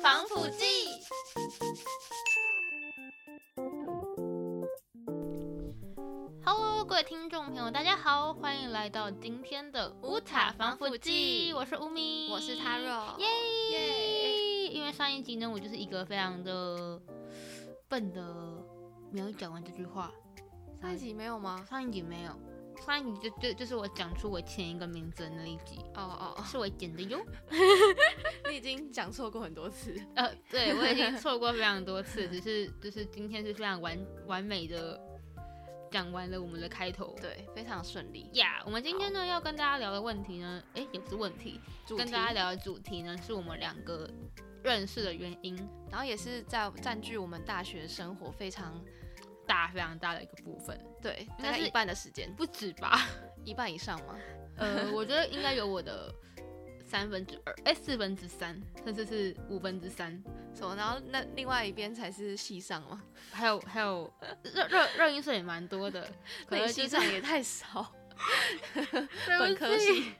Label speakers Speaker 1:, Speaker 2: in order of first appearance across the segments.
Speaker 1: 防腐剂。Hello，各位听众朋友，大家好，欢迎来到今天的乌塔防腐剂，我是乌米，
Speaker 2: 我是 Taro
Speaker 1: 耶
Speaker 2: 耶
Speaker 1: 因为上一集呢，我就是一个非常的笨的，没有讲完这句话。
Speaker 2: 上一集没有吗？
Speaker 1: 上一集没有，上一集就就就是我讲出我前一个名字的那一集，
Speaker 2: 哦哦哦，
Speaker 1: 是我剪的哟。
Speaker 2: 你已经讲错过很多次。
Speaker 1: 呃，对我已经错过非常多 次，只是就是今天是非常完完美的讲完了我们的开头。
Speaker 2: 对，非常顺利。
Speaker 1: 呀我们今天呢要跟大家聊的问题呢，诶，也不是问题，
Speaker 2: 主
Speaker 1: 跟
Speaker 2: 题
Speaker 1: 大家，聊的主题呢是我们两个认识的原因，
Speaker 2: 然后也是在占据我们大学生活非常
Speaker 1: 大非常大的一个部分，
Speaker 2: 对，
Speaker 1: 应
Speaker 2: 大
Speaker 1: 该
Speaker 2: 概
Speaker 1: 是
Speaker 2: 一半的时间，
Speaker 1: 不止吧？
Speaker 2: 一半以上吗？
Speaker 1: 呃，我觉得应该有我的三分之二，诶，四分之三，甚至是五分之三，
Speaker 2: 什么？然后那另外一边才是系上吗？
Speaker 1: 还有还有热热热音社也蛮多 的，可
Speaker 2: 那
Speaker 1: 能就
Speaker 2: 你系
Speaker 1: 是
Speaker 2: 上也太 少。
Speaker 1: 对不
Speaker 2: 本科
Speaker 1: 起
Speaker 2: 系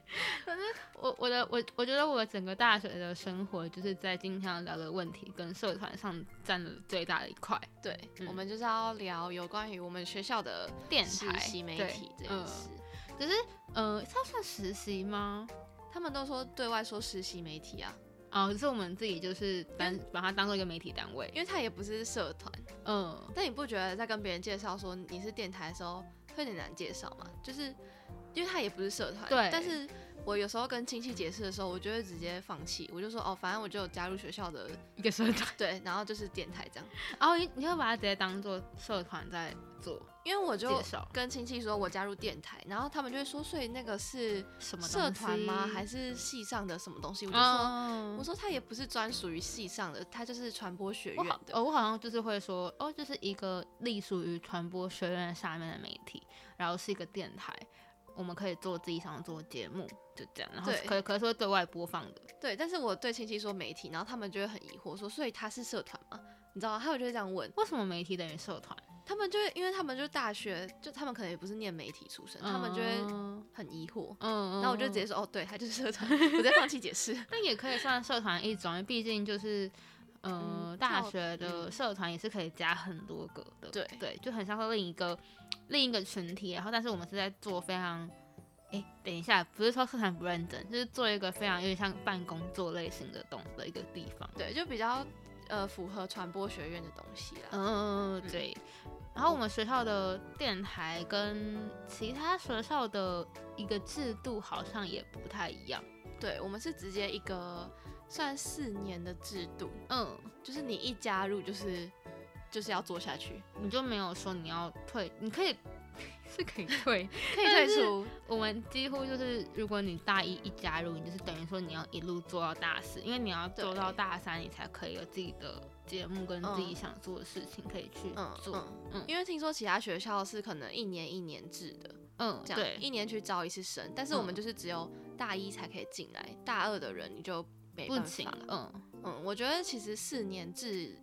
Speaker 1: 我我的我我觉得我整个大学的生活，就是在今天要聊的问题跟社团上占了最大的一块。
Speaker 2: 对，
Speaker 1: 嗯
Speaker 2: 我们就是要聊有关于我们学校的
Speaker 1: 电
Speaker 2: 实
Speaker 1: 台
Speaker 2: 习媒
Speaker 1: 对
Speaker 2: 体这件
Speaker 1: 嗯
Speaker 2: 事。
Speaker 1: 只是呃，它算实习吗？
Speaker 2: 他们都说对外说实习媒体啊，
Speaker 1: 哦，只是我们自己就是单把它当做一个媒体单位
Speaker 2: 因。为它也不是社团，
Speaker 1: 嗯，
Speaker 2: 但你不觉得在跟别人介绍说你是电台的时候会很难介绍吗？就是因为他也不是社团，
Speaker 1: 对
Speaker 2: 但是我有时候跟亲戚解释的时候，我就会直接放弃，我就说哦，反正我就有加入学校的
Speaker 1: 一个社团。
Speaker 2: 对，然后就是电台这样，
Speaker 1: 哦，你你会把它直接当做社团在做
Speaker 2: 因为我
Speaker 1: 介
Speaker 2: 就
Speaker 1: 绍，
Speaker 2: 跟亲戚说我加入电台，然后他们就会说，所以那个是
Speaker 1: 什么
Speaker 2: 社团吗？还
Speaker 1: 是
Speaker 2: 是系上的什么东西？我
Speaker 1: 我
Speaker 2: 就说。
Speaker 1: 哦
Speaker 2: 我说它也不是专属于系上的，它就是传播学
Speaker 1: 我
Speaker 2: 院
Speaker 1: 好，
Speaker 2: 的。
Speaker 1: 哦，我好像就是会说，哦，就是一个隶属于传播学院下面的媒体，然后是一个电台，我们可以做自己想做的节目，就这样，然后
Speaker 2: 对
Speaker 1: 可可是会对外播放的，
Speaker 2: 对，但是我对亲戚说媒体，然后他们就会很疑惑说，所以它是社团吗？你知道吗？他们就会这样问。
Speaker 1: 为什么媒体等于社团？
Speaker 2: 他们就会，因为他们就大学，就他们可能也不是念媒体出身，他们就会
Speaker 1: 嗯
Speaker 2: 很疑惑。
Speaker 1: 嗯，
Speaker 2: 然后我就直接
Speaker 1: 嗯，
Speaker 2: 说，哦，对，他就是社团，我在放弃解释。
Speaker 1: 但也可以算社团一种，因为毕竟就是。呃，
Speaker 2: 嗯
Speaker 1: 大
Speaker 2: 跳
Speaker 1: 学的
Speaker 2: 嗯
Speaker 1: 社团也是可以加很多个的，
Speaker 2: 对
Speaker 1: 对，就很像是另一个另一个群体，然后但是我们是在做非常，哎，等一下，不是说社团不认真，就是做一个非常有点像办公桌类型的东的一个地方，
Speaker 2: 对，就比较呃符合传播学院的东西啦。
Speaker 1: 嗯，
Speaker 2: 嗯
Speaker 1: 对。然后我们学校的电台跟其他学校的一个制度好像也不太一样，
Speaker 2: 对，我们是直接一个算四年的制度，
Speaker 1: 嗯，
Speaker 2: 就是你一加入就是就是要做下去，
Speaker 1: 你就没有说你要退，你可以是可以退。
Speaker 2: 可以
Speaker 1: 但
Speaker 2: 退
Speaker 1: 是
Speaker 2: 出。
Speaker 1: 我们几乎就是，如果你大一一加入，你就是等于说你要一路做到大四，因为你要做
Speaker 2: 对
Speaker 1: 到大三，你才可以有自己的节目跟自己
Speaker 2: 嗯
Speaker 1: 想做的事情可以去
Speaker 2: 嗯
Speaker 1: 做。
Speaker 2: 嗯
Speaker 1: 嗯
Speaker 2: 嗯，因为听说其他学校是可能一年一年制的，
Speaker 1: 嗯，
Speaker 2: 这
Speaker 1: 对
Speaker 2: 样，一年去招一次生，但是我
Speaker 1: 嗯
Speaker 2: 们就是只有大一才可以进来，大二的人你就没
Speaker 1: 不
Speaker 2: 办
Speaker 1: 行
Speaker 2: 法。，
Speaker 1: 嗯，
Speaker 2: 嗯，我觉得其实四年制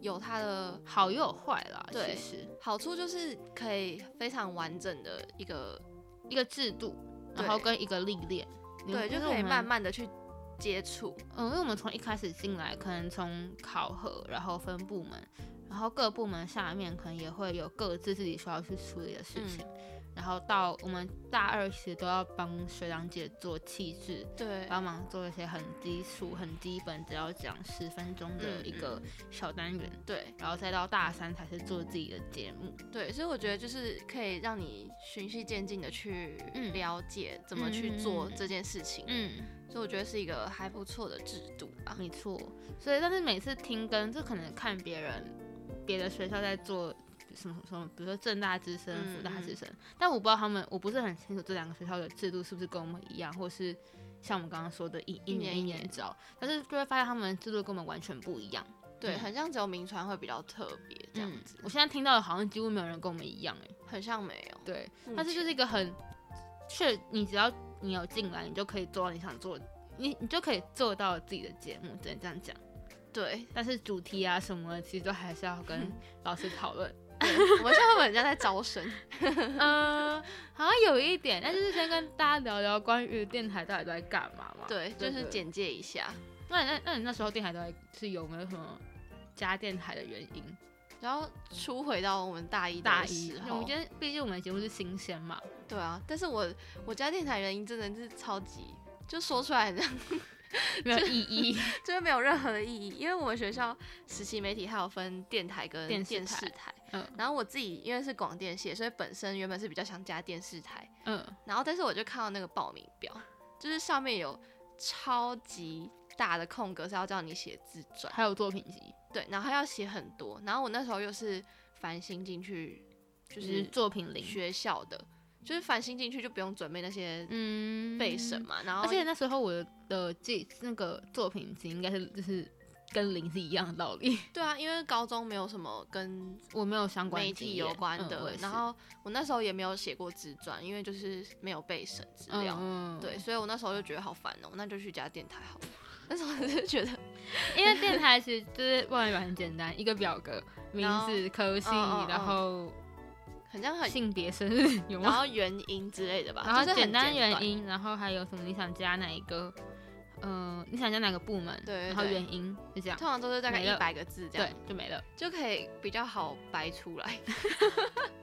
Speaker 2: 有它的
Speaker 1: 好也有坏啦，其
Speaker 2: 对
Speaker 1: 实
Speaker 2: 好处，就是可以非常完整的一个，
Speaker 1: 一个制度，然后
Speaker 2: 对
Speaker 1: 跟一个历练，你
Speaker 2: 对，就
Speaker 1: 就是
Speaker 2: 可以
Speaker 1: 我们
Speaker 2: 慢慢的去接触。
Speaker 1: 嗯，因为我们从一开始进来，可能从考核，然后分部门，然后各部门下面可能也会有各自自己需要去处理的
Speaker 2: 嗯
Speaker 1: 事情，然后到我们大二其实都要帮学长姐做气质，
Speaker 2: 对，
Speaker 1: 帮忙做一些很基础、很基本，只要讲十分钟的
Speaker 2: 嗯
Speaker 1: 一个小单元，
Speaker 2: 对
Speaker 1: 然后再到大三才是做自己的节目，
Speaker 2: 对，所以我觉得就是可以让你循序渐进的去
Speaker 1: 嗯
Speaker 2: 了解怎么
Speaker 1: 嗯嗯
Speaker 2: 去
Speaker 1: 嗯
Speaker 2: 做
Speaker 1: 嗯
Speaker 2: 这件事情，
Speaker 1: 嗯。
Speaker 2: 所以我觉得是一个还不错的制度吧。
Speaker 1: 没错，所以但是每次听跟就可能看别人别的学校在做什么什么，比如说正大之声、
Speaker 2: 嗯
Speaker 1: 福大之
Speaker 2: 嗯
Speaker 1: 声，但我不知道他们，我不是很清楚这两个学校的制度是不是跟我们一样，或是像我们刚刚说的一一
Speaker 2: 一
Speaker 1: 年
Speaker 2: 年
Speaker 1: 一
Speaker 2: 一
Speaker 1: 年
Speaker 2: 年
Speaker 1: 招，但是就会发现他们的制度跟我们完全不一样。
Speaker 2: 对，
Speaker 1: 嗯
Speaker 2: 很像只有名传会比较特别这样子，
Speaker 1: 我现在听到的好像几乎没有人跟我们一样哎、
Speaker 2: 很像没有。
Speaker 1: 对，
Speaker 2: 目
Speaker 1: 但是就是一个很确，你只要你有进来，你就可以做到你想做，你你就可以做到自己的节目，只能这样讲。
Speaker 2: 对，
Speaker 1: 但是主题啊什么的，其实都还是要跟老师讨 论。
Speaker 2: 对我们现在会不会很像在招生？
Speaker 1: 嗯、好像有一点，但就是先跟大家聊聊关于电台到底都在干嘛嘛。
Speaker 2: 对，就是
Speaker 1: 对
Speaker 2: 简介一下。
Speaker 1: 那那那你那时候电台到底是有没有什么加电台的原因？
Speaker 2: 然后初回到我们大一的
Speaker 1: 大一
Speaker 2: 时，
Speaker 1: 我
Speaker 2: 候
Speaker 1: 们今，天毕竟我们的节目是新鲜嘛，
Speaker 2: 对啊，但是我我家电台原因真的是超级，就说出来很像
Speaker 1: 没有意义。
Speaker 2: 就是没有任何的意义，因为我们学校实习媒体还有分电台跟
Speaker 1: 电
Speaker 2: 电
Speaker 1: 视
Speaker 2: 视
Speaker 1: 台
Speaker 2: 台
Speaker 1: 嗯
Speaker 2: 然后我自己因为是广电系，所以本身原本是比较想加电视台，
Speaker 1: 嗯，
Speaker 2: 然后但是我就看到那个报名表，就是上面有超级大的空格是要叫你写自传，
Speaker 1: 还有作品集，
Speaker 2: 对，然后要写很多，然后我那时候又是繁星进去，就
Speaker 1: 就是
Speaker 2: 是
Speaker 1: 作品零，
Speaker 2: 学校的，就是繁星进去就不用准备那些
Speaker 1: 嗯，
Speaker 2: 备审嘛，然后
Speaker 1: 而且那时候我的记那个作品集应该是就是跟零是一样的道理，
Speaker 2: 对啊，因为高中没有什么跟
Speaker 1: 我没有相关
Speaker 2: 媒
Speaker 1: 经
Speaker 2: 体
Speaker 1: 验
Speaker 2: 有关
Speaker 1: 嗯我
Speaker 2: 的
Speaker 1: 也。是
Speaker 2: 然后我那时候也没有写过自传，因为就是没有备审资料。
Speaker 1: 嗯，嗯
Speaker 2: 对，，所以我那时候就觉得好烦哦、那就去加电台好了。那时候我就觉得，
Speaker 1: 因为电台其实就是外表很简单，一个表格，名
Speaker 2: 然后
Speaker 1: 字、科系，
Speaker 2: 嗯嗯
Speaker 1: 然后
Speaker 2: 很像 很，
Speaker 1: 性别、生日有
Speaker 2: 然
Speaker 1: 吗？
Speaker 2: 后原因之类的吧，
Speaker 1: 然后
Speaker 2: 就是很
Speaker 1: 简单
Speaker 2: 短
Speaker 1: 原。因，然后还有什么你想加哪一个？呃，你想加哪个部门？
Speaker 2: 对对
Speaker 1: 然后
Speaker 2: 对
Speaker 1: 原因就这样，
Speaker 2: 通常都是大概
Speaker 1: 没了
Speaker 2: 一百个字这样
Speaker 1: 对，，就没了。
Speaker 2: 就可以比较好掰出来。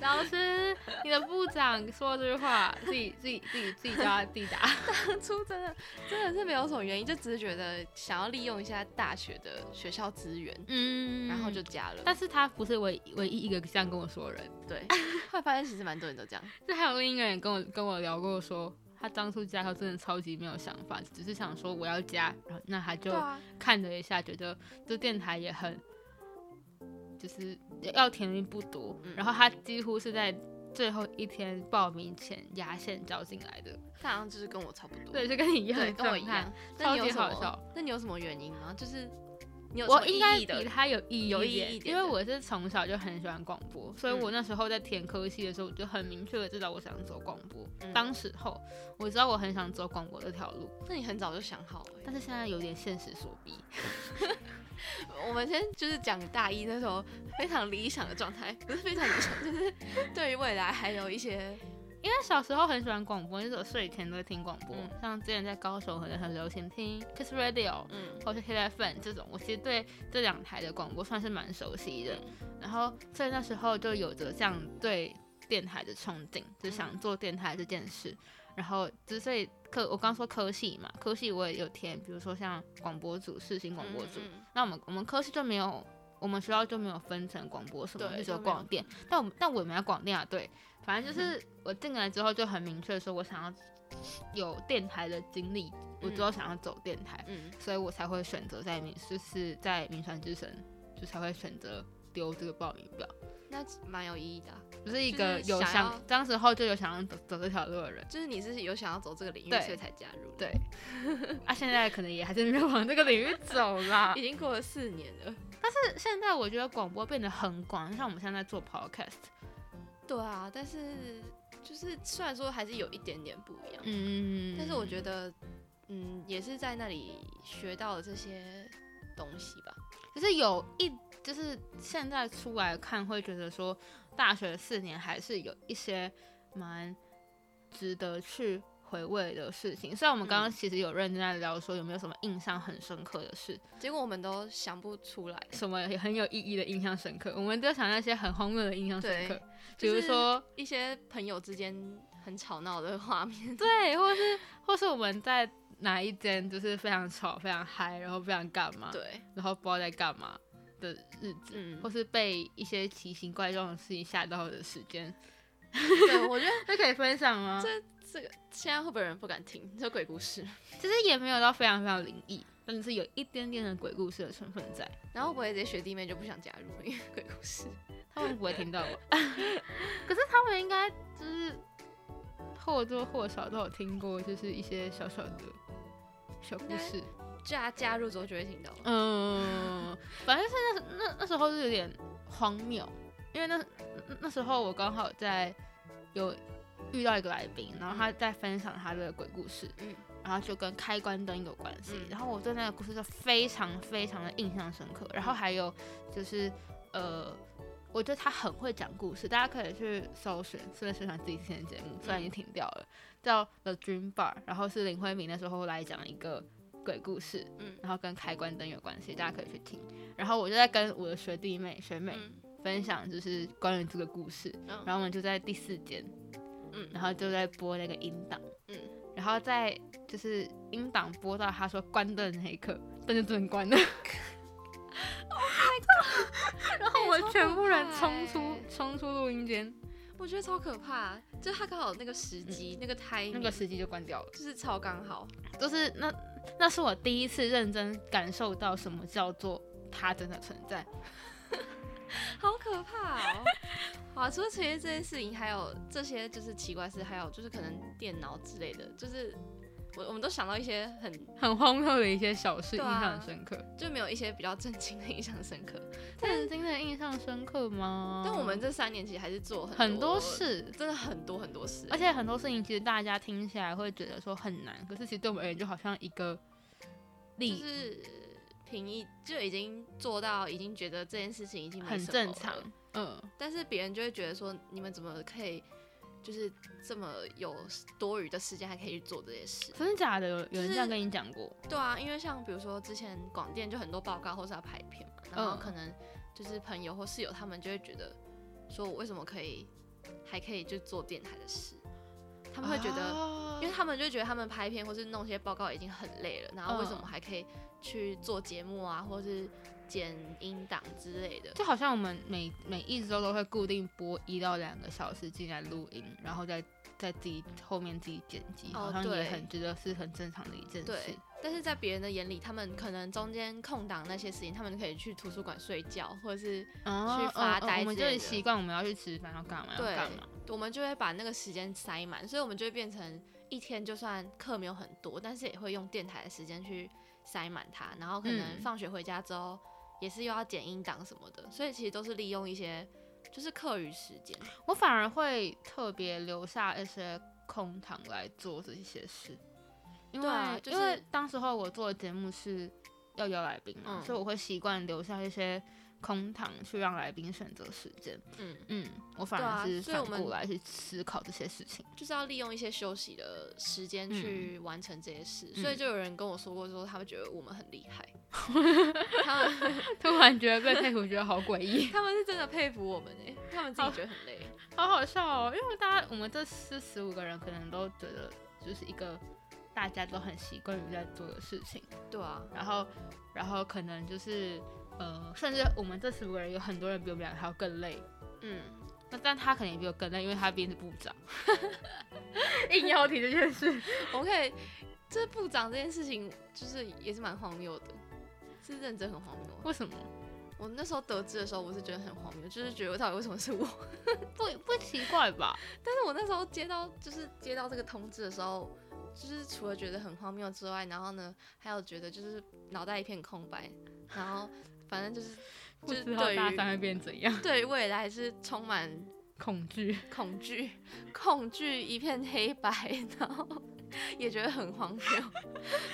Speaker 1: 老师，你的部长说这句话，自己自己自己自己教他自己 答。
Speaker 2: 当初真的真的是没有什么原因，就只是觉得想要利用一下大学的学校资源，
Speaker 1: 嗯
Speaker 2: 然后就加了。
Speaker 1: 但是他不是唯唯一一个这样跟我说的人，
Speaker 2: 对， 后来发现其实蛮多人都这样。
Speaker 1: 就还有另一个人跟我跟我聊过说，他当初加课真的超级没有想法，只是想说我要加，然后那他就
Speaker 2: 对啊，
Speaker 1: 看了一下，觉得这电台也很，就是要填的不多，
Speaker 2: 嗯
Speaker 1: 然后他几乎是在最后一天报名前压线招进来的，
Speaker 2: 他好像就是跟我差不多。
Speaker 1: 对，就跟你一样的
Speaker 2: 对，跟我
Speaker 1: 状
Speaker 2: 一
Speaker 1: 态
Speaker 2: 样。。那
Speaker 1: 超
Speaker 2: 你有
Speaker 1: 级
Speaker 2: 什
Speaker 1: 好
Speaker 2: 么
Speaker 1: 笑
Speaker 2: 那你有什么原因吗？就是你有什
Speaker 1: 我
Speaker 2: 么
Speaker 1: 应该
Speaker 2: 意义的
Speaker 1: 比他有意义
Speaker 2: 有
Speaker 1: 一
Speaker 2: 意义
Speaker 1: 点
Speaker 2: 一
Speaker 1: 因
Speaker 2: 点
Speaker 1: 为
Speaker 2: 的
Speaker 1: 我是从小就很喜欢广播，所以我
Speaker 2: 嗯
Speaker 1: 那时候在填科系的时候，我就很明确的知道我想走广播。
Speaker 2: 嗯
Speaker 1: 当时候我知道我很想走广播这条路，
Speaker 2: 那你很早就想好了欸。
Speaker 1: 但是现在有点现实所逼。
Speaker 2: 我们先就是讲大一那时候非常理想的状态， 不是非常理想，就是对于未来还有一些
Speaker 1: 因为小时候很喜欢广播，就是我睡前都会听广播，
Speaker 2: 嗯
Speaker 1: 像之前在高雄可能很流行听 Kiss Radio。
Speaker 2: 嗯
Speaker 1: 或是 K F N 这种，我其实对这两台的广播算是蛮熟悉的。然后，所以那时候就有着这样对电台的憧憬，就想做电台这件事。然后，之所以科我刚说科系嘛，科系我也有填，比如说像广播组、视新广播组。
Speaker 2: 嗯嗯
Speaker 1: 那我们我们科系就没有，我们学校就没有分成广播什么，
Speaker 2: 对
Speaker 1: 就只有
Speaker 2: 就没有嗯
Speaker 1: 广电。但我们但我们要广电啊，对，反正就是我进来之后就很明确说，我想要有电台的经历，我之后想要走电台。
Speaker 2: 嗯
Speaker 1: 所以我才会选择在民，就是在民传之神，就才会选择丢这个报名表，
Speaker 2: 嗯，那蛮有意义的啊、
Speaker 1: 不是一个
Speaker 2: 就是
Speaker 1: 有
Speaker 2: 想
Speaker 1: 想
Speaker 2: 要
Speaker 1: 当时候就有想要走走这条路的人
Speaker 2: 就是你是有想要走这个领域，
Speaker 1: 对
Speaker 2: 所以才加入的。
Speaker 1: 对啊，现在可能也还是没有往这个领域走啦
Speaker 2: 已。经过了四年了。
Speaker 1: 是现在我觉得广播变得很广，像我们现在在做 podcast，
Speaker 2: 对啊，但是就是虽然说还是有一点点不一样，
Speaker 1: 嗯，
Speaker 2: 但是我觉得，嗯，也是在那里学到了这些东西吧。
Speaker 1: 就是有一，就是现在出来看会觉得说，大学四年还是有一些蛮值得去回味的事情。虽然我们刚
Speaker 2: 嗯
Speaker 1: 刚其实有认真在聊说有没有什么印象很深刻的事，
Speaker 2: 结果我们都想不出来，
Speaker 1: 什么很有意义的印象深刻，我们都想那些很荒谬的印象深刻
Speaker 2: 对，
Speaker 1: 比如说
Speaker 2: 一些朋友之间很吵闹的画面。
Speaker 1: 对，或是或是我们在哪一间就是非常吵、非常嗨，然后非常干嘛，
Speaker 2: 对，
Speaker 1: 然后不知道在干嘛的日子。
Speaker 2: 嗯
Speaker 1: 或，是被一些奇形怪状的事情吓到的时间，
Speaker 2: 对，我觉 得
Speaker 1: 这可以分享吗？
Speaker 2: 这这个现在会不会有人不敢听这鬼故事？
Speaker 1: 其实也没有到非常非常灵异，但是有一点点的鬼故事的成分在。
Speaker 2: 然后会不会这些学弟妹就不想加入，因为 鬼故事
Speaker 1: 他们不会听到吧？可是他们应该就是或多或少都有听过，就是一些小小的小故事。
Speaker 2: 加加入之后就会听到。
Speaker 1: 嗯，反正是那那那时候是有点荒谬，因为那那那时候我刚好在有遇到一个来宾，然后他在分享他的鬼故事，
Speaker 2: 嗯
Speaker 1: 然后就跟开关灯有关系。
Speaker 2: 嗯
Speaker 1: 然后我对那个故事就非常非常的印象深刻。
Speaker 2: 嗯
Speaker 1: 然后还有就是呃，我觉得他很会讲故事，大家可以去搜寻，顺便宣传自己之前的
Speaker 2: 嗯
Speaker 1: 节目，虽然已经停掉了，叫 The Dream Bar，然后是林慧明那时候来讲一个。鬼故事，
Speaker 2: 嗯
Speaker 1: 然后跟开关灯有关系，大家可以去听。然后我就在跟我的学弟妹、学妹
Speaker 2: 嗯
Speaker 1: 分享，就是关于这个故事，
Speaker 2: 嗯
Speaker 1: 然后我们就在第四间，
Speaker 2: 嗯
Speaker 1: 然后就在播那个音档，
Speaker 2: 嗯，
Speaker 1: 然后在就是音档播到他说关灯的那一刻，灯就真的关了。
Speaker 2: Oh
Speaker 1: 然后我们全部人冲
Speaker 2: 哎
Speaker 1: 出冲出录音间，
Speaker 2: 我觉得超可怕，啊就是他刚好那个时机，嗯那个 t
Speaker 1: 那个时机就关掉了。
Speaker 2: 就是超刚好，
Speaker 1: 就是那那是我第一次认真感受到什么叫做它真的存在。
Speaker 2: 好可怕哦！ 好，除了职业这件事情，还有这些就是奇怪事，还有就是可能电脑之类的，就是我我们都想到一些很
Speaker 1: 很荒谬的一些小事，印
Speaker 2: 对啊
Speaker 1: 象很深刻。
Speaker 2: 就没有一些比较震惊的印象 深刻。
Speaker 1: 震惊的印象深刻吗？
Speaker 2: 但我们这三年其实还是做
Speaker 1: 嗯很多
Speaker 2: 多，
Speaker 1: 事，
Speaker 2: 真的很多很多事，
Speaker 1: 而且很多事情其实大家听起来会觉得说很难，可是其实对我们而言就好像一个
Speaker 2: 就
Speaker 1: 例，
Speaker 2: 是平易就已经做到，已经觉得这件事情已经没
Speaker 1: 很
Speaker 2: 什么
Speaker 1: 正
Speaker 2: 了
Speaker 1: 常。嗯，
Speaker 2: 但是别人就会觉得说，你们怎么可以就是这么有多余的时间还可以去做这些事？
Speaker 1: 真的假的？有有人
Speaker 2: 是
Speaker 1: 这样跟你讲过？
Speaker 2: 对啊，因为像比如说之前广电就很多报告或是要拍片嘛，然后
Speaker 1: 嗯
Speaker 2: 可能就是朋友或室友他们就会觉得，说我为什么可以还可以就做电台的事？他们会觉得，
Speaker 1: 哦
Speaker 2: 因为他们就觉得他们拍片或是弄些报告已经很累了，然后为
Speaker 1: 嗯
Speaker 2: 什么还可以去做节目啊，或是剪音档之类的？
Speaker 1: 就好像我们每每一周都会固定播一到两个小时进来录音，然后再再自己后面自己剪辑，
Speaker 2: 哦
Speaker 1: 好像也
Speaker 2: 对
Speaker 1: 很觉得是很正常的一件事
Speaker 2: 对。，但是在别人的眼里，他们可能中间空档那些时间，他们可以去图书馆睡觉，或者是
Speaker 1: 哦
Speaker 2: 去
Speaker 1: 嗯
Speaker 2: 发
Speaker 1: 嗯
Speaker 2: 呆
Speaker 1: 我们
Speaker 2: 之
Speaker 1: 就
Speaker 2: 类
Speaker 1: 是
Speaker 2: 的
Speaker 1: 习惯我们要去吃饭要干嘛要
Speaker 2: 对
Speaker 1: 干嘛。
Speaker 2: 我们就会把那个时间塞满，所以我们就会变成一天就算课没有很多，但是也会用电台的时间去塞满它，然后可能
Speaker 1: 嗯
Speaker 2: 放学回家之后也是又要剪音档什么的，所以其实都是利用一些就是课余时间。
Speaker 1: 我反而会特别留下一些空堂来做这些事，因为、
Speaker 2: 对啊就是
Speaker 1: 因为当时候我做的节目是要邀来宾嘛，
Speaker 2: 嗯
Speaker 1: 所以我会习惯留下一些空堂去让来宾选择时间。
Speaker 2: 嗯，
Speaker 1: 嗯，我反
Speaker 2: 对啊
Speaker 1: 而是
Speaker 2: 所以
Speaker 1: 反
Speaker 2: 我们
Speaker 1: 过来去思考这些事 情。
Speaker 2: 就是要利用一些休息的时间去完成这些事，所以就有人跟我说过说他们觉得我们很厉害，他们
Speaker 1: 突然觉得被佩服，觉得好诡异，
Speaker 2: 他们是真的佩服我们哎、他们自己觉得很累。
Speaker 1: 好好笑哦！因为大家我们这四十五个人可能都觉得就是一个大家都很习惯于在做的事情，
Speaker 2: 对啊，
Speaker 1: 然后然后可能就是呃，甚至我们这十五个人有很多人比我们俩还要更累，
Speaker 2: 嗯，
Speaker 1: 那但他肯定比我更累，因为他毕竟是部长，硬要提这件事，
Speaker 2: 我们可以，这部长这件事情就是也是蛮荒谬的，是认真很荒谬。
Speaker 1: 为什么？
Speaker 2: 我那时候得知的时候，我是觉得很荒谬，就是觉得到底为什么是我？
Speaker 1: 不不奇怪吧？
Speaker 2: 但是我那时候接到就是接到这个通知的时候，就是除了觉得很荒谬之外，然后呢，还有觉得就是脑袋一片空白，然后反正就是
Speaker 1: 不
Speaker 2: 就是
Speaker 1: 知道
Speaker 2: 对
Speaker 1: 大三
Speaker 2: 于
Speaker 1: 会变怎样，
Speaker 2: 对于未来是充满
Speaker 1: 恐惧。
Speaker 2: 恐惧，恐惧一片黑白， 然后也觉得很荒谬。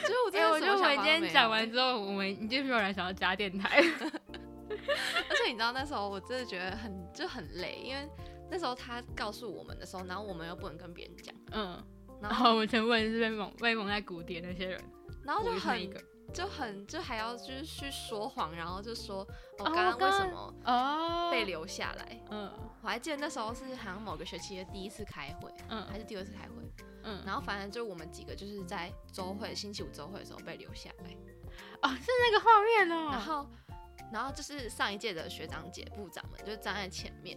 Speaker 2: 就是我真
Speaker 1: 哎、
Speaker 2: 的、
Speaker 1: 我觉得我们今天讲
Speaker 2: 完。
Speaker 1: 完之后，我们你就没有人想要加电台。
Speaker 2: 而且你知道那时候我真的觉得很就很累，因为那时候他告诉我们的时候，然后我们又不能跟别人讲，
Speaker 1: 嗯，
Speaker 2: 然
Speaker 1: 然
Speaker 2: 后
Speaker 1: 后我们全部人是被蒙被蒙在鼓点那些人，
Speaker 2: 然后就
Speaker 1: 我哦就是那一
Speaker 2: 很
Speaker 1: 个
Speaker 2: 就很就还要就是去说谎，然后就说我
Speaker 1: 哦
Speaker 2: 刚刚
Speaker 1: 我
Speaker 2: 为
Speaker 1: 刚
Speaker 2: 什
Speaker 1: 刚
Speaker 2: 么
Speaker 1: 哦
Speaker 2: 被留下来。
Speaker 1: 嗯
Speaker 2: 我还记得那时候是好像某个学期的第一次开会，还
Speaker 1: 嗯
Speaker 2: 是第二次开会，
Speaker 1: 嗯，
Speaker 2: 然后反正就我们几个就是在周会星期五周会的时候被留下来，
Speaker 1: 哦是那个画面哦，
Speaker 2: 然后然后就是上一届的学长姐部长们就站在前面，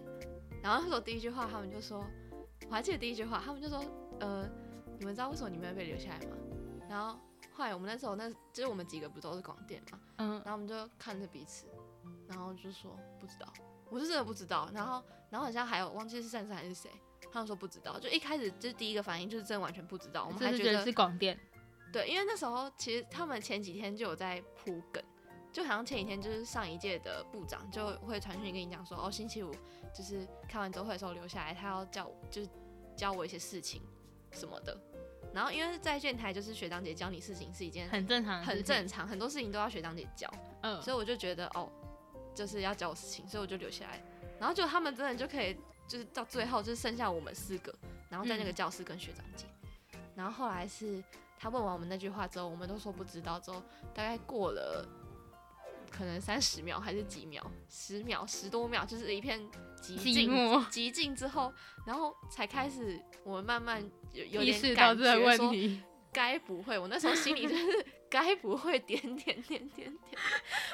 Speaker 2: 然后那时候第一句话他们就说，我还记得第一句话，他们就说，呃，你们知道为什么你们会被留下来吗？然后后来我们那时候那就是我们几个不都是广电嘛，
Speaker 1: 嗯
Speaker 2: 然后我们就看着彼此，然后就说不知道，我是真的不知道。然后然后好像还有忘记是珊珊还是谁，他们说不知道，就一开始就是第一个反应就是真的完全不知道，我们还
Speaker 1: 就是
Speaker 2: 觉
Speaker 1: 觉
Speaker 2: 得
Speaker 1: 得是广电，
Speaker 2: 对，因为那时候其实他们前几天就有在铺梗，就好像前几天就是上一届的部长就会传讯跟你讲说，哦，星期五就是开完周会的时候留下来，他要叫我就是教我一些事情什么的。然后因为在电台就是学长姐教你事情是一件
Speaker 1: 很正常，
Speaker 2: 很正，常，很多事情都要学长姐教，
Speaker 1: 嗯，
Speaker 2: 所以我就觉得哦，就是要教我事情，所以我就留下来。然后就他们真的就可以，就是到最后就剩下我们四个，然后在那个
Speaker 1: 嗯
Speaker 2: 教室跟学长姐。然后后来是他问完我们那句话之后，我们都说不知道，之后大概过了可能三十秒还是几秒，十秒十多秒，就是一片寂
Speaker 1: 寂
Speaker 2: 静
Speaker 1: 寞，
Speaker 2: 极静之后，然后才开始我们慢慢有有
Speaker 1: 意
Speaker 2: 点
Speaker 1: 识到
Speaker 2: 感
Speaker 1: 这
Speaker 2: 觉
Speaker 1: 个问
Speaker 2: 说
Speaker 1: 题，
Speaker 2: 该不会，我那时候心里就是该不会点点点点点，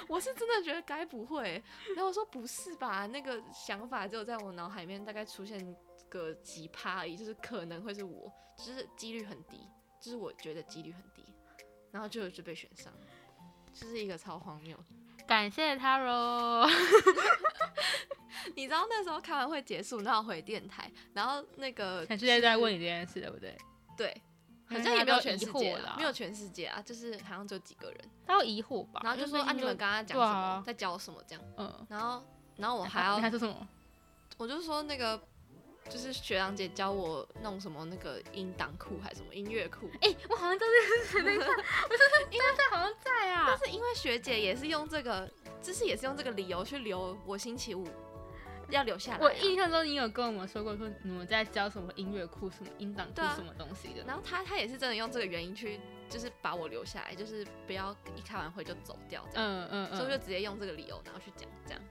Speaker 2: 我是真的觉得该不会。然后我说不是吧，那个想法只有在我脑海里面大概出现个几趴而已，就是可能会是我，就是几率很低，就是我觉得几率很低，然后就就被选上了，就是一个超荒谬。
Speaker 1: 感谢他喽。
Speaker 2: 你知道那时候开完会结束，然后回电台，然后那个
Speaker 1: 全世界都在问你这件事，对不 对？
Speaker 2: 对。
Speaker 1: 因
Speaker 2: 好
Speaker 1: 为
Speaker 2: 像也
Speaker 1: 大家
Speaker 2: 没有
Speaker 1: 都
Speaker 2: 全
Speaker 1: 疑
Speaker 2: 世
Speaker 1: 惑
Speaker 2: 界
Speaker 1: 啦
Speaker 2: 啦，没有全世界啊，就是好像只有几个人。
Speaker 1: 他会疑惑吧？
Speaker 2: 然后就
Speaker 1: 因
Speaker 2: 说
Speaker 1: 为
Speaker 2: 啊，
Speaker 1: 毕
Speaker 2: 你
Speaker 1: 竟
Speaker 2: 们刚刚讲
Speaker 1: 对
Speaker 2: 什么，
Speaker 1: 啊
Speaker 2: 在教什么这样。
Speaker 1: 嗯，
Speaker 2: 然后，然后我还
Speaker 1: 你还
Speaker 2: 要，
Speaker 1: 说什 么？
Speaker 2: 我就说那个就是学长姐教我弄什么那个音档库还是什么音乐 库，
Speaker 1: 哎、我好像都是等一下，我真的在好像在啊
Speaker 2: 但。是因为学姐也是用这个，就是也是用这个理由去留我星期五要留下来、啊。
Speaker 1: 我印象中你有跟我们说过，说你们在教什么音乐库、什么音档库、
Speaker 2: 对啊
Speaker 1: 什么东西的。
Speaker 2: 然后他他也是真的用这个原因去，就是把我留下来，就是不要一开完会就走掉这样。
Speaker 1: 嗯嗯
Speaker 2: 所以我就
Speaker 1: 嗯，
Speaker 2: 直接用这个理由，然后去讲这样。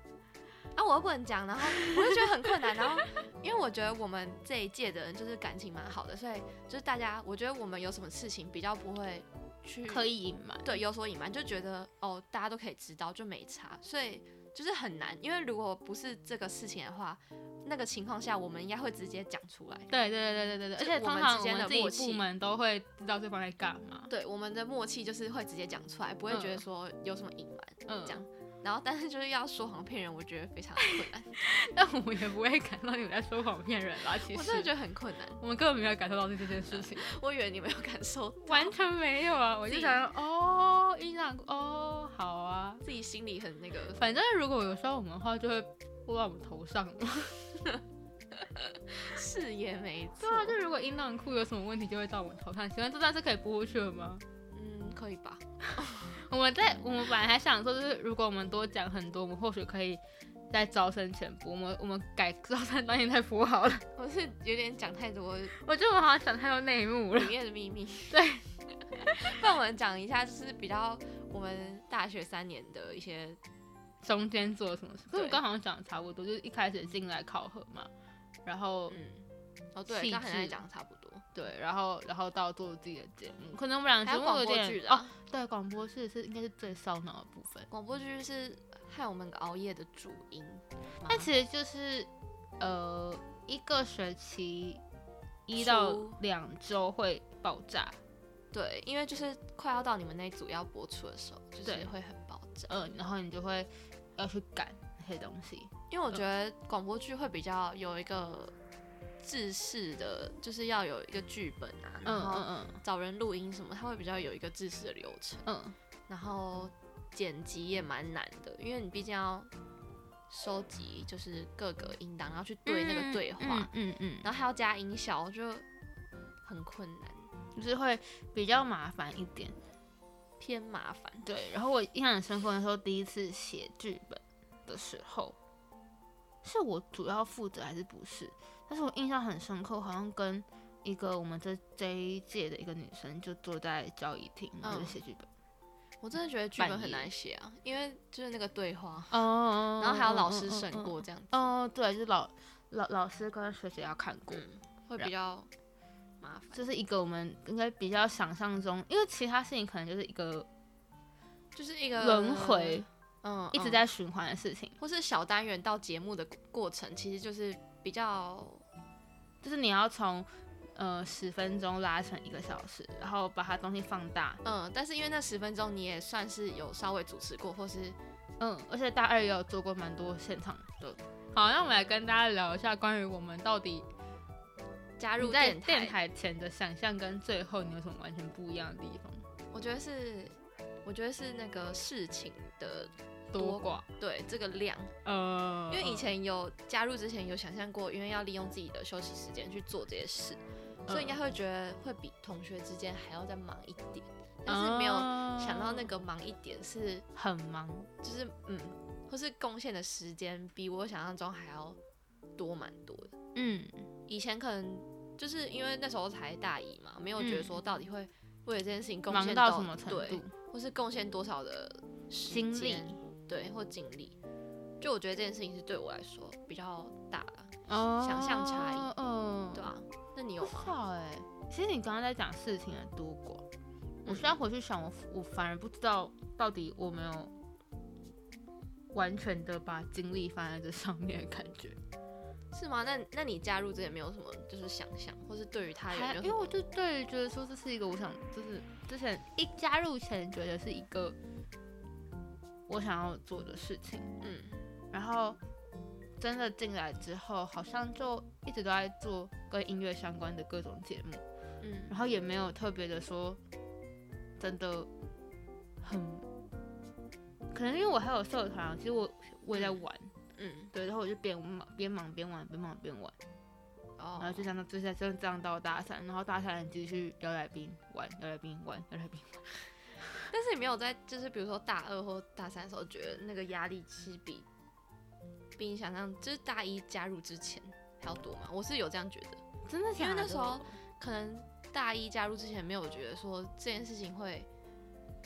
Speaker 2: 啊，我又不能讲，然后我就觉得很困难。然后，因为我觉得我们这一届的人就是感情蛮好的，所以就是大家，我觉得我们有什么事情比较不会去
Speaker 1: 刻意隐瞒。
Speaker 2: 嗯对有所隐瞒，就觉得哦，大家都可以知道，就没差。所以就是很难，因为如果不是这个事情的话，那个情况下我们应该会直接讲出来。
Speaker 1: 对对对对对对，而
Speaker 2: 就
Speaker 1: 且
Speaker 2: 我
Speaker 1: 通
Speaker 2: 们
Speaker 1: 常
Speaker 2: 之
Speaker 1: 我
Speaker 2: 间
Speaker 1: 们
Speaker 2: 的
Speaker 1: 自
Speaker 2: 默
Speaker 1: 己
Speaker 2: 契
Speaker 1: 部门都会知道对方在干嘛。
Speaker 2: 对，我们的默契就是会直接讲出来，不会觉得
Speaker 1: 嗯
Speaker 2: 说有什么隐瞒。
Speaker 1: 嗯，
Speaker 2: 这样然后，但是就是要说谎骗人，我觉得非常的困 难。
Speaker 1: 但我们也不会感到你们在说谎骗人啦。其实
Speaker 2: 我真的觉得很困难。
Speaker 1: 我们根本没有感受到这件事 情，
Speaker 2: 我以为你没有感受到，
Speaker 1: 完全没有啊！我
Speaker 2: 自
Speaker 1: 就
Speaker 2: 己
Speaker 1: 想说哦，音档哦，好啊。
Speaker 2: 自己心里很那个。
Speaker 1: 反正如果有时候我们的话，就会落到我们头上嘛。
Speaker 2: 是也没
Speaker 1: 对
Speaker 2: 错，
Speaker 1: 啊，就如 果音档库有什么问题，就会到我们头上。请问这段是可以播出去的吗？
Speaker 2: 嗯，可以吧？
Speaker 1: 我们在我们本来还想说，就是如果我们多讲很多，我们或许可以在招生前播。我们我们改招生当天再播好 了。
Speaker 2: 我是有点讲太多里
Speaker 1: 我觉得我好像讲太多内幕了。
Speaker 2: 面的秘 密。
Speaker 1: 对，
Speaker 2: 那我们讲一下，就是比较我们大学三年的一些，
Speaker 1: 中间做了什么事？可是我
Speaker 2: 对
Speaker 1: 刚好像讲的差不多，就是一开始进来考核嘛，然后
Speaker 2: 嗯，哦对，
Speaker 1: 气
Speaker 2: 刚才
Speaker 1: 质
Speaker 2: 在讲的差不多，
Speaker 1: 对，然后然后到做自己的节目，可能我们两个
Speaker 2: 还
Speaker 1: 节
Speaker 2: 有
Speaker 1: 目
Speaker 2: 广
Speaker 1: 有
Speaker 2: 播剧
Speaker 1: 点
Speaker 2: 的嗯
Speaker 1: 哦，
Speaker 2: 啊，
Speaker 1: 对，广播是是应该是最烧脑的部分，
Speaker 2: 广播剧是害我们熬夜的主因吗。
Speaker 1: 但其实就是呃一个学期一到
Speaker 2: 出
Speaker 1: 两周会爆炸，
Speaker 2: 对，因为就是快要到你们那一组要播出的时候，就是
Speaker 1: 对
Speaker 2: 会很爆炸。
Speaker 1: 嗯、然后你就会要去赶那些东西，
Speaker 2: 因为我觉得广播剧会比较有一个制式的，就是要有一个剧本啊，然
Speaker 1: 嗯
Speaker 2: 后
Speaker 1: 嗯
Speaker 2: 找人录音什么，它会比较有一个制式的流程。
Speaker 1: 嗯嗯，
Speaker 2: 然后剪辑也蛮难的，因为你毕竟要收集就是各个音档，然后去对那个对话，，
Speaker 1: 嗯嗯
Speaker 2: 然后还要加音效，就很困难，
Speaker 1: 就是会比较麻烦一点。
Speaker 2: 偏麻烦。
Speaker 1: 对，然后我印象很深刻的时候，第一次写剧本的时候，是我主要负责还是不是？但是我印象很深刻，好像跟一个我们这这一届的一个女生就坐在交易厅，然后就
Speaker 2: 嗯
Speaker 1: 写剧本。
Speaker 2: 我真的觉得剧
Speaker 1: 半
Speaker 2: 本很
Speaker 1: 夜
Speaker 2: 难写啊，因为就是那个对话，
Speaker 1: 哦
Speaker 2: 然后还有老师审过。这样子，
Speaker 1: 哦，对，就是老老老师跟学姐要看过，
Speaker 2: 嗯，会比较麻烦。
Speaker 1: 这是一个我们应该比较想象中，因为其他事情可能就是一个
Speaker 2: 就是一个
Speaker 1: 轮回，
Speaker 2: 嗯，
Speaker 1: 一直
Speaker 2: 嗯，
Speaker 1: 在循环的事情，
Speaker 2: 或是小单元到节目的过程，其实就是比较
Speaker 1: 就是你要从呃十分钟拉成一个小时，然后把它东西放大，
Speaker 2: 嗯，但是因为那十分钟你也算是有稍微主持过，或是
Speaker 1: 嗯，而且大二也有做过蛮多现场的。好，那我们来跟大家聊一下关于我们到底
Speaker 2: 加
Speaker 1: 你
Speaker 2: 入
Speaker 1: 在
Speaker 2: 电台，
Speaker 1: 电台前的想象跟最后你有什么完全不一样的地方，
Speaker 2: 我觉得是，我觉得是那个事情的
Speaker 1: 多
Speaker 2: 多
Speaker 1: 寡，
Speaker 2: 对这个量，
Speaker 1: 呃
Speaker 2: 因，为以前有加入之前有想象过，因为要利用自己的休息时间去做这些事，所以
Speaker 1: 嗯
Speaker 2: 应该会觉得会比同学之间还要再忙一点，
Speaker 1: 哦
Speaker 2: 但是没有想到那
Speaker 1: 个
Speaker 2: 个忙一点是
Speaker 1: 呃很忙，
Speaker 2: 就是嗯，或是贡献的时间比我想象中还要多蛮多的。
Speaker 1: 嗯，
Speaker 2: 以前可能就是因为那时候才大一嘛，没有觉得
Speaker 1: 嗯
Speaker 2: 说到底会为了这件事情贡
Speaker 1: 忙
Speaker 2: 献
Speaker 1: 到什么程
Speaker 2: 对
Speaker 1: 度，
Speaker 2: 或是贡献多少的时
Speaker 1: 精力
Speaker 2: 间，对，或精力。就我觉得这件事情是对我来说比较大的，
Speaker 1: 哦，
Speaker 2: 想象差异
Speaker 1: 嗯，
Speaker 2: 对啊，那你有
Speaker 1: 不
Speaker 2: 吗？
Speaker 1: 少哎、其实你刚刚在讲事情的多寡，我
Speaker 2: 嗯
Speaker 1: 现在回去想，我我反而不知道到底我没有完全的把精力放在这上面的感觉，
Speaker 2: 是吗？那那你加入之前没有什么就是想象，或是对于他有没有
Speaker 1: 还
Speaker 2: 什
Speaker 1: 因
Speaker 2: 么？
Speaker 1: 为我就对于觉得说这是一个我想就是之前一加入前觉得是一个我想要做的事情，
Speaker 2: 嗯
Speaker 1: 然后真的进来之后，好像就一直都在做跟音乐相关的各种节目。
Speaker 2: 嗯
Speaker 1: 然后也没有特别的说，真的很，可能因为我还有社团啊，其实我我也在玩，
Speaker 2: 嗯
Speaker 1: 对，然后我就边忙边忙边玩，边忙边玩，
Speaker 2: 哦
Speaker 1: 然，后就这样到就在就这样到大三，然后大三继续摇来宾玩，摇来宾玩，摇来宾玩，
Speaker 2: 但是你没有在就是比如说大二或大三的时候，觉得那个压力其实比比你想象就是大一加入之前还要多吗？我是有这样觉得。
Speaker 1: 真的假
Speaker 2: 因
Speaker 1: 的？
Speaker 2: 为那时候可能大一加入之前没有觉得说这件事情会，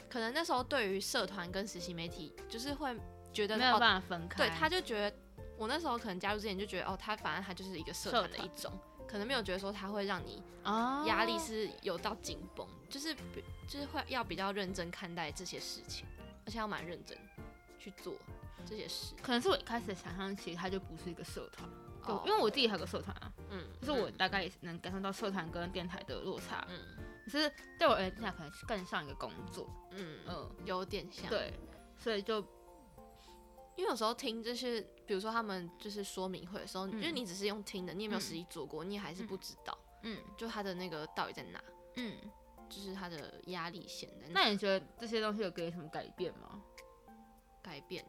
Speaker 2: 可能那时候对于社团跟实习媒体就是会觉得
Speaker 1: 没有
Speaker 2: 哦，
Speaker 1: 办法分开，
Speaker 2: 对，他就觉得我那时候可能加入之前就觉得哦，他反正他就是一个社
Speaker 1: 社
Speaker 2: 团的一种，可能没有觉得说他会让你
Speaker 1: 哦
Speaker 2: 压力是有到紧绷，就是比就是会要比较认真看待这些事情，而且要蛮认真去做这些事。
Speaker 1: 可能是我一开始想象，其实它就不是一个社团，就
Speaker 2: 哦
Speaker 1: 因为我自己还有个社团啊，
Speaker 2: 嗯，
Speaker 1: 就是我大概也能感受到社团跟电台的落差，
Speaker 2: 嗯
Speaker 1: 可是对我而言，电台可能是更像一个工作，
Speaker 2: 嗯嗯，
Speaker 1: 嗯，
Speaker 2: 有点像。
Speaker 1: 对，所以就
Speaker 2: 因为有时候听就是，比如说他们就是说明会的时候，
Speaker 1: 嗯
Speaker 2: 就是你只是用听的，你也没有
Speaker 1: 嗯
Speaker 2: 实际做过，你也还是不知道，
Speaker 1: 嗯
Speaker 2: 就他的那个到底在哪，
Speaker 1: 嗯。
Speaker 2: 就是他的压力线在哪
Speaker 1: 那你觉得这些东西有给你什么改变吗？
Speaker 2: 改变。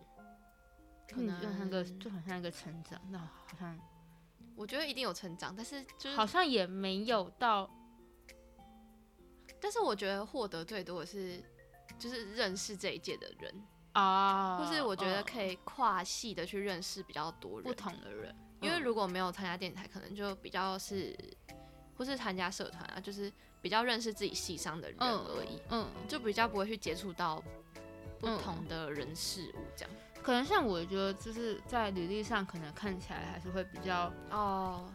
Speaker 2: 可
Speaker 1: 可能就像一个，
Speaker 2: 能
Speaker 1: 就很像一个成长，那好像
Speaker 2: 我觉得一定有成长，但是就是，
Speaker 1: 好像也没有到
Speaker 2: 但是我觉得获得最多的是就是认识这一届的人，
Speaker 1: 啊，
Speaker 2: 或是我觉得
Speaker 1: 嗯
Speaker 2: 可以跨系的去认识比较多人，
Speaker 1: 不同的人，
Speaker 2: 因为
Speaker 1: 嗯
Speaker 2: 如果没有参加电台，可能就比较是，或是参加社团啊，就是比较认识自己系上的人
Speaker 1: 嗯
Speaker 2: 而已。
Speaker 1: 嗯，
Speaker 2: 就比较不会去接触到不
Speaker 1: 嗯
Speaker 2: 同的人事物这样。
Speaker 1: 可能像我觉得就是在履历上可能看起来还是会比较
Speaker 2: 哦，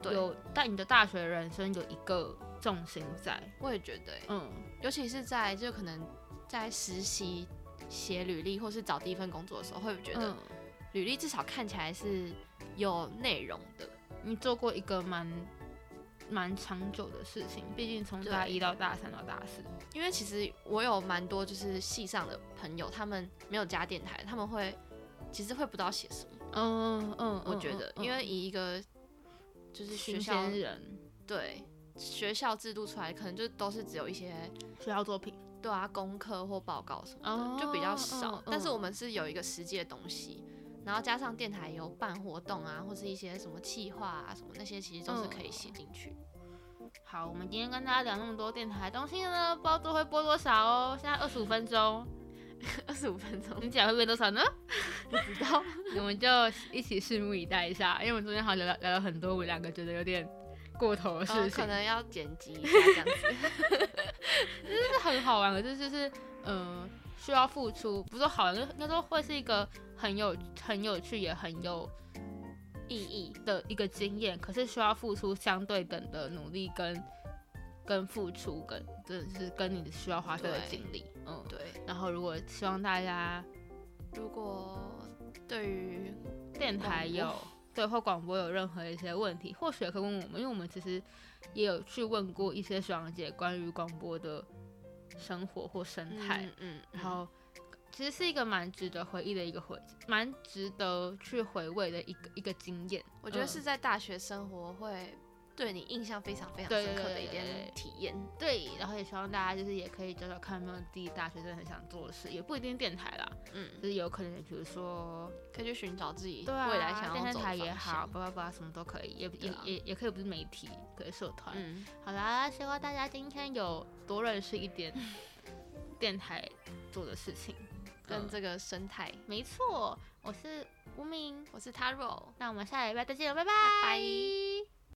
Speaker 2: 对
Speaker 1: 有，但你的大学人生有一个重心在，
Speaker 2: 我也觉得欸，
Speaker 1: 嗯
Speaker 2: 尤其是在就可能在实习、写履历或是找第一份工作的时候，会觉得
Speaker 1: 嗯，
Speaker 2: 履历至少看起来是有内容的。
Speaker 1: 你做过一个蛮蛮长久的事情，毕竟从
Speaker 2: 对
Speaker 1: 大一到大三到大四，
Speaker 2: 因为其实我有蛮多就是系上的朋友，他们没有加电台，他们会其实会不知道写什么。
Speaker 1: 嗯嗯，
Speaker 2: 我觉得，因为
Speaker 1: 嗯
Speaker 2: 以一个就是学
Speaker 1: 新
Speaker 2: 校
Speaker 1: 鲜人
Speaker 2: 对学校制度出来，可能就都是只有一些
Speaker 1: 学校作品，
Speaker 2: 对啊，功课或报告什么的、
Speaker 1: 哦
Speaker 2: 就比较少、
Speaker 1: 嗯
Speaker 2: 但是
Speaker 1: 嗯
Speaker 2: 我们是有一个实际的东西，然后加上电台有办活动啊，或是一些什么企划啊什么那些，其实
Speaker 1: 嗯
Speaker 2: 都是可以写进 去。
Speaker 1: 好，我们今天跟大家聊那么多电台的东西呢，不知道最后会播多少哦。现在二十五分钟，
Speaker 2: 二十五分钟，
Speaker 1: 你起来会变多少呢？
Speaker 2: 不知道。
Speaker 1: 我们就一起拭目以待一下，因为我们中间好像聊了聊了很多，我们两个觉得有点过头的
Speaker 2: 呃，
Speaker 1: 事情，
Speaker 2: 可能要剪辑一下这样子。
Speaker 1: 是很好玩，可是就是呃需要付出，不是说好玩，应该说会是一个很有很有趣也很有
Speaker 2: 意义
Speaker 1: 的一个经验，可是需要付出相对等的努力跟跟付出跟真的是跟你需要花费的
Speaker 2: 对
Speaker 1: 精力，嗯。
Speaker 2: 对，
Speaker 1: 然后如果希望大家
Speaker 2: 如果对于
Speaker 1: 电台
Speaker 2: 广播
Speaker 1: 嗯有对或广播有任何一些问题，或许也可以问我们，因为我们其实也有去问过一些学长姐关于广播的生活或生态，
Speaker 2: 嗯嗯，
Speaker 1: 然后其实是一个蛮值得回忆的一个回，蛮值得去回味的一个一个经验。
Speaker 2: 我觉得
Speaker 1: 嗯
Speaker 2: 是在大学生活会对你印象非常非常
Speaker 1: 对
Speaker 2: 深
Speaker 1: 对
Speaker 2: 刻的
Speaker 1: 对
Speaker 2: 一
Speaker 1: 对对
Speaker 2: 点体验。
Speaker 1: 对，然后也希望大家就是也可以找找看有没有自己大学真的很想做的事，也不一定电台啦，
Speaker 2: 嗯，
Speaker 1: 就是有可能比如说
Speaker 2: 可以去寻找自己未
Speaker 1: 对啊，
Speaker 2: 来想要
Speaker 1: 电视
Speaker 2: 走的
Speaker 1: 台也
Speaker 2: 方向
Speaker 1: 好，。叭叭叭，什么都可以，也也
Speaker 2: 对啊
Speaker 1: 也也可以不是媒体，可以社团。
Speaker 2: 嗯，
Speaker 1: 好啦，希望大家今天有多认识一 点电台做的事情。
Speaker 2: 跟
Speaker 1: 嗯
Speaker 2: 这个生态。
Speaker 1: 没错，我是吴明，
Speaker 2: 我是 Taro。
Speaker 1: 那我们下礼拜再见，拜拜
Speaker 2: 拜
Speaker 1: 拜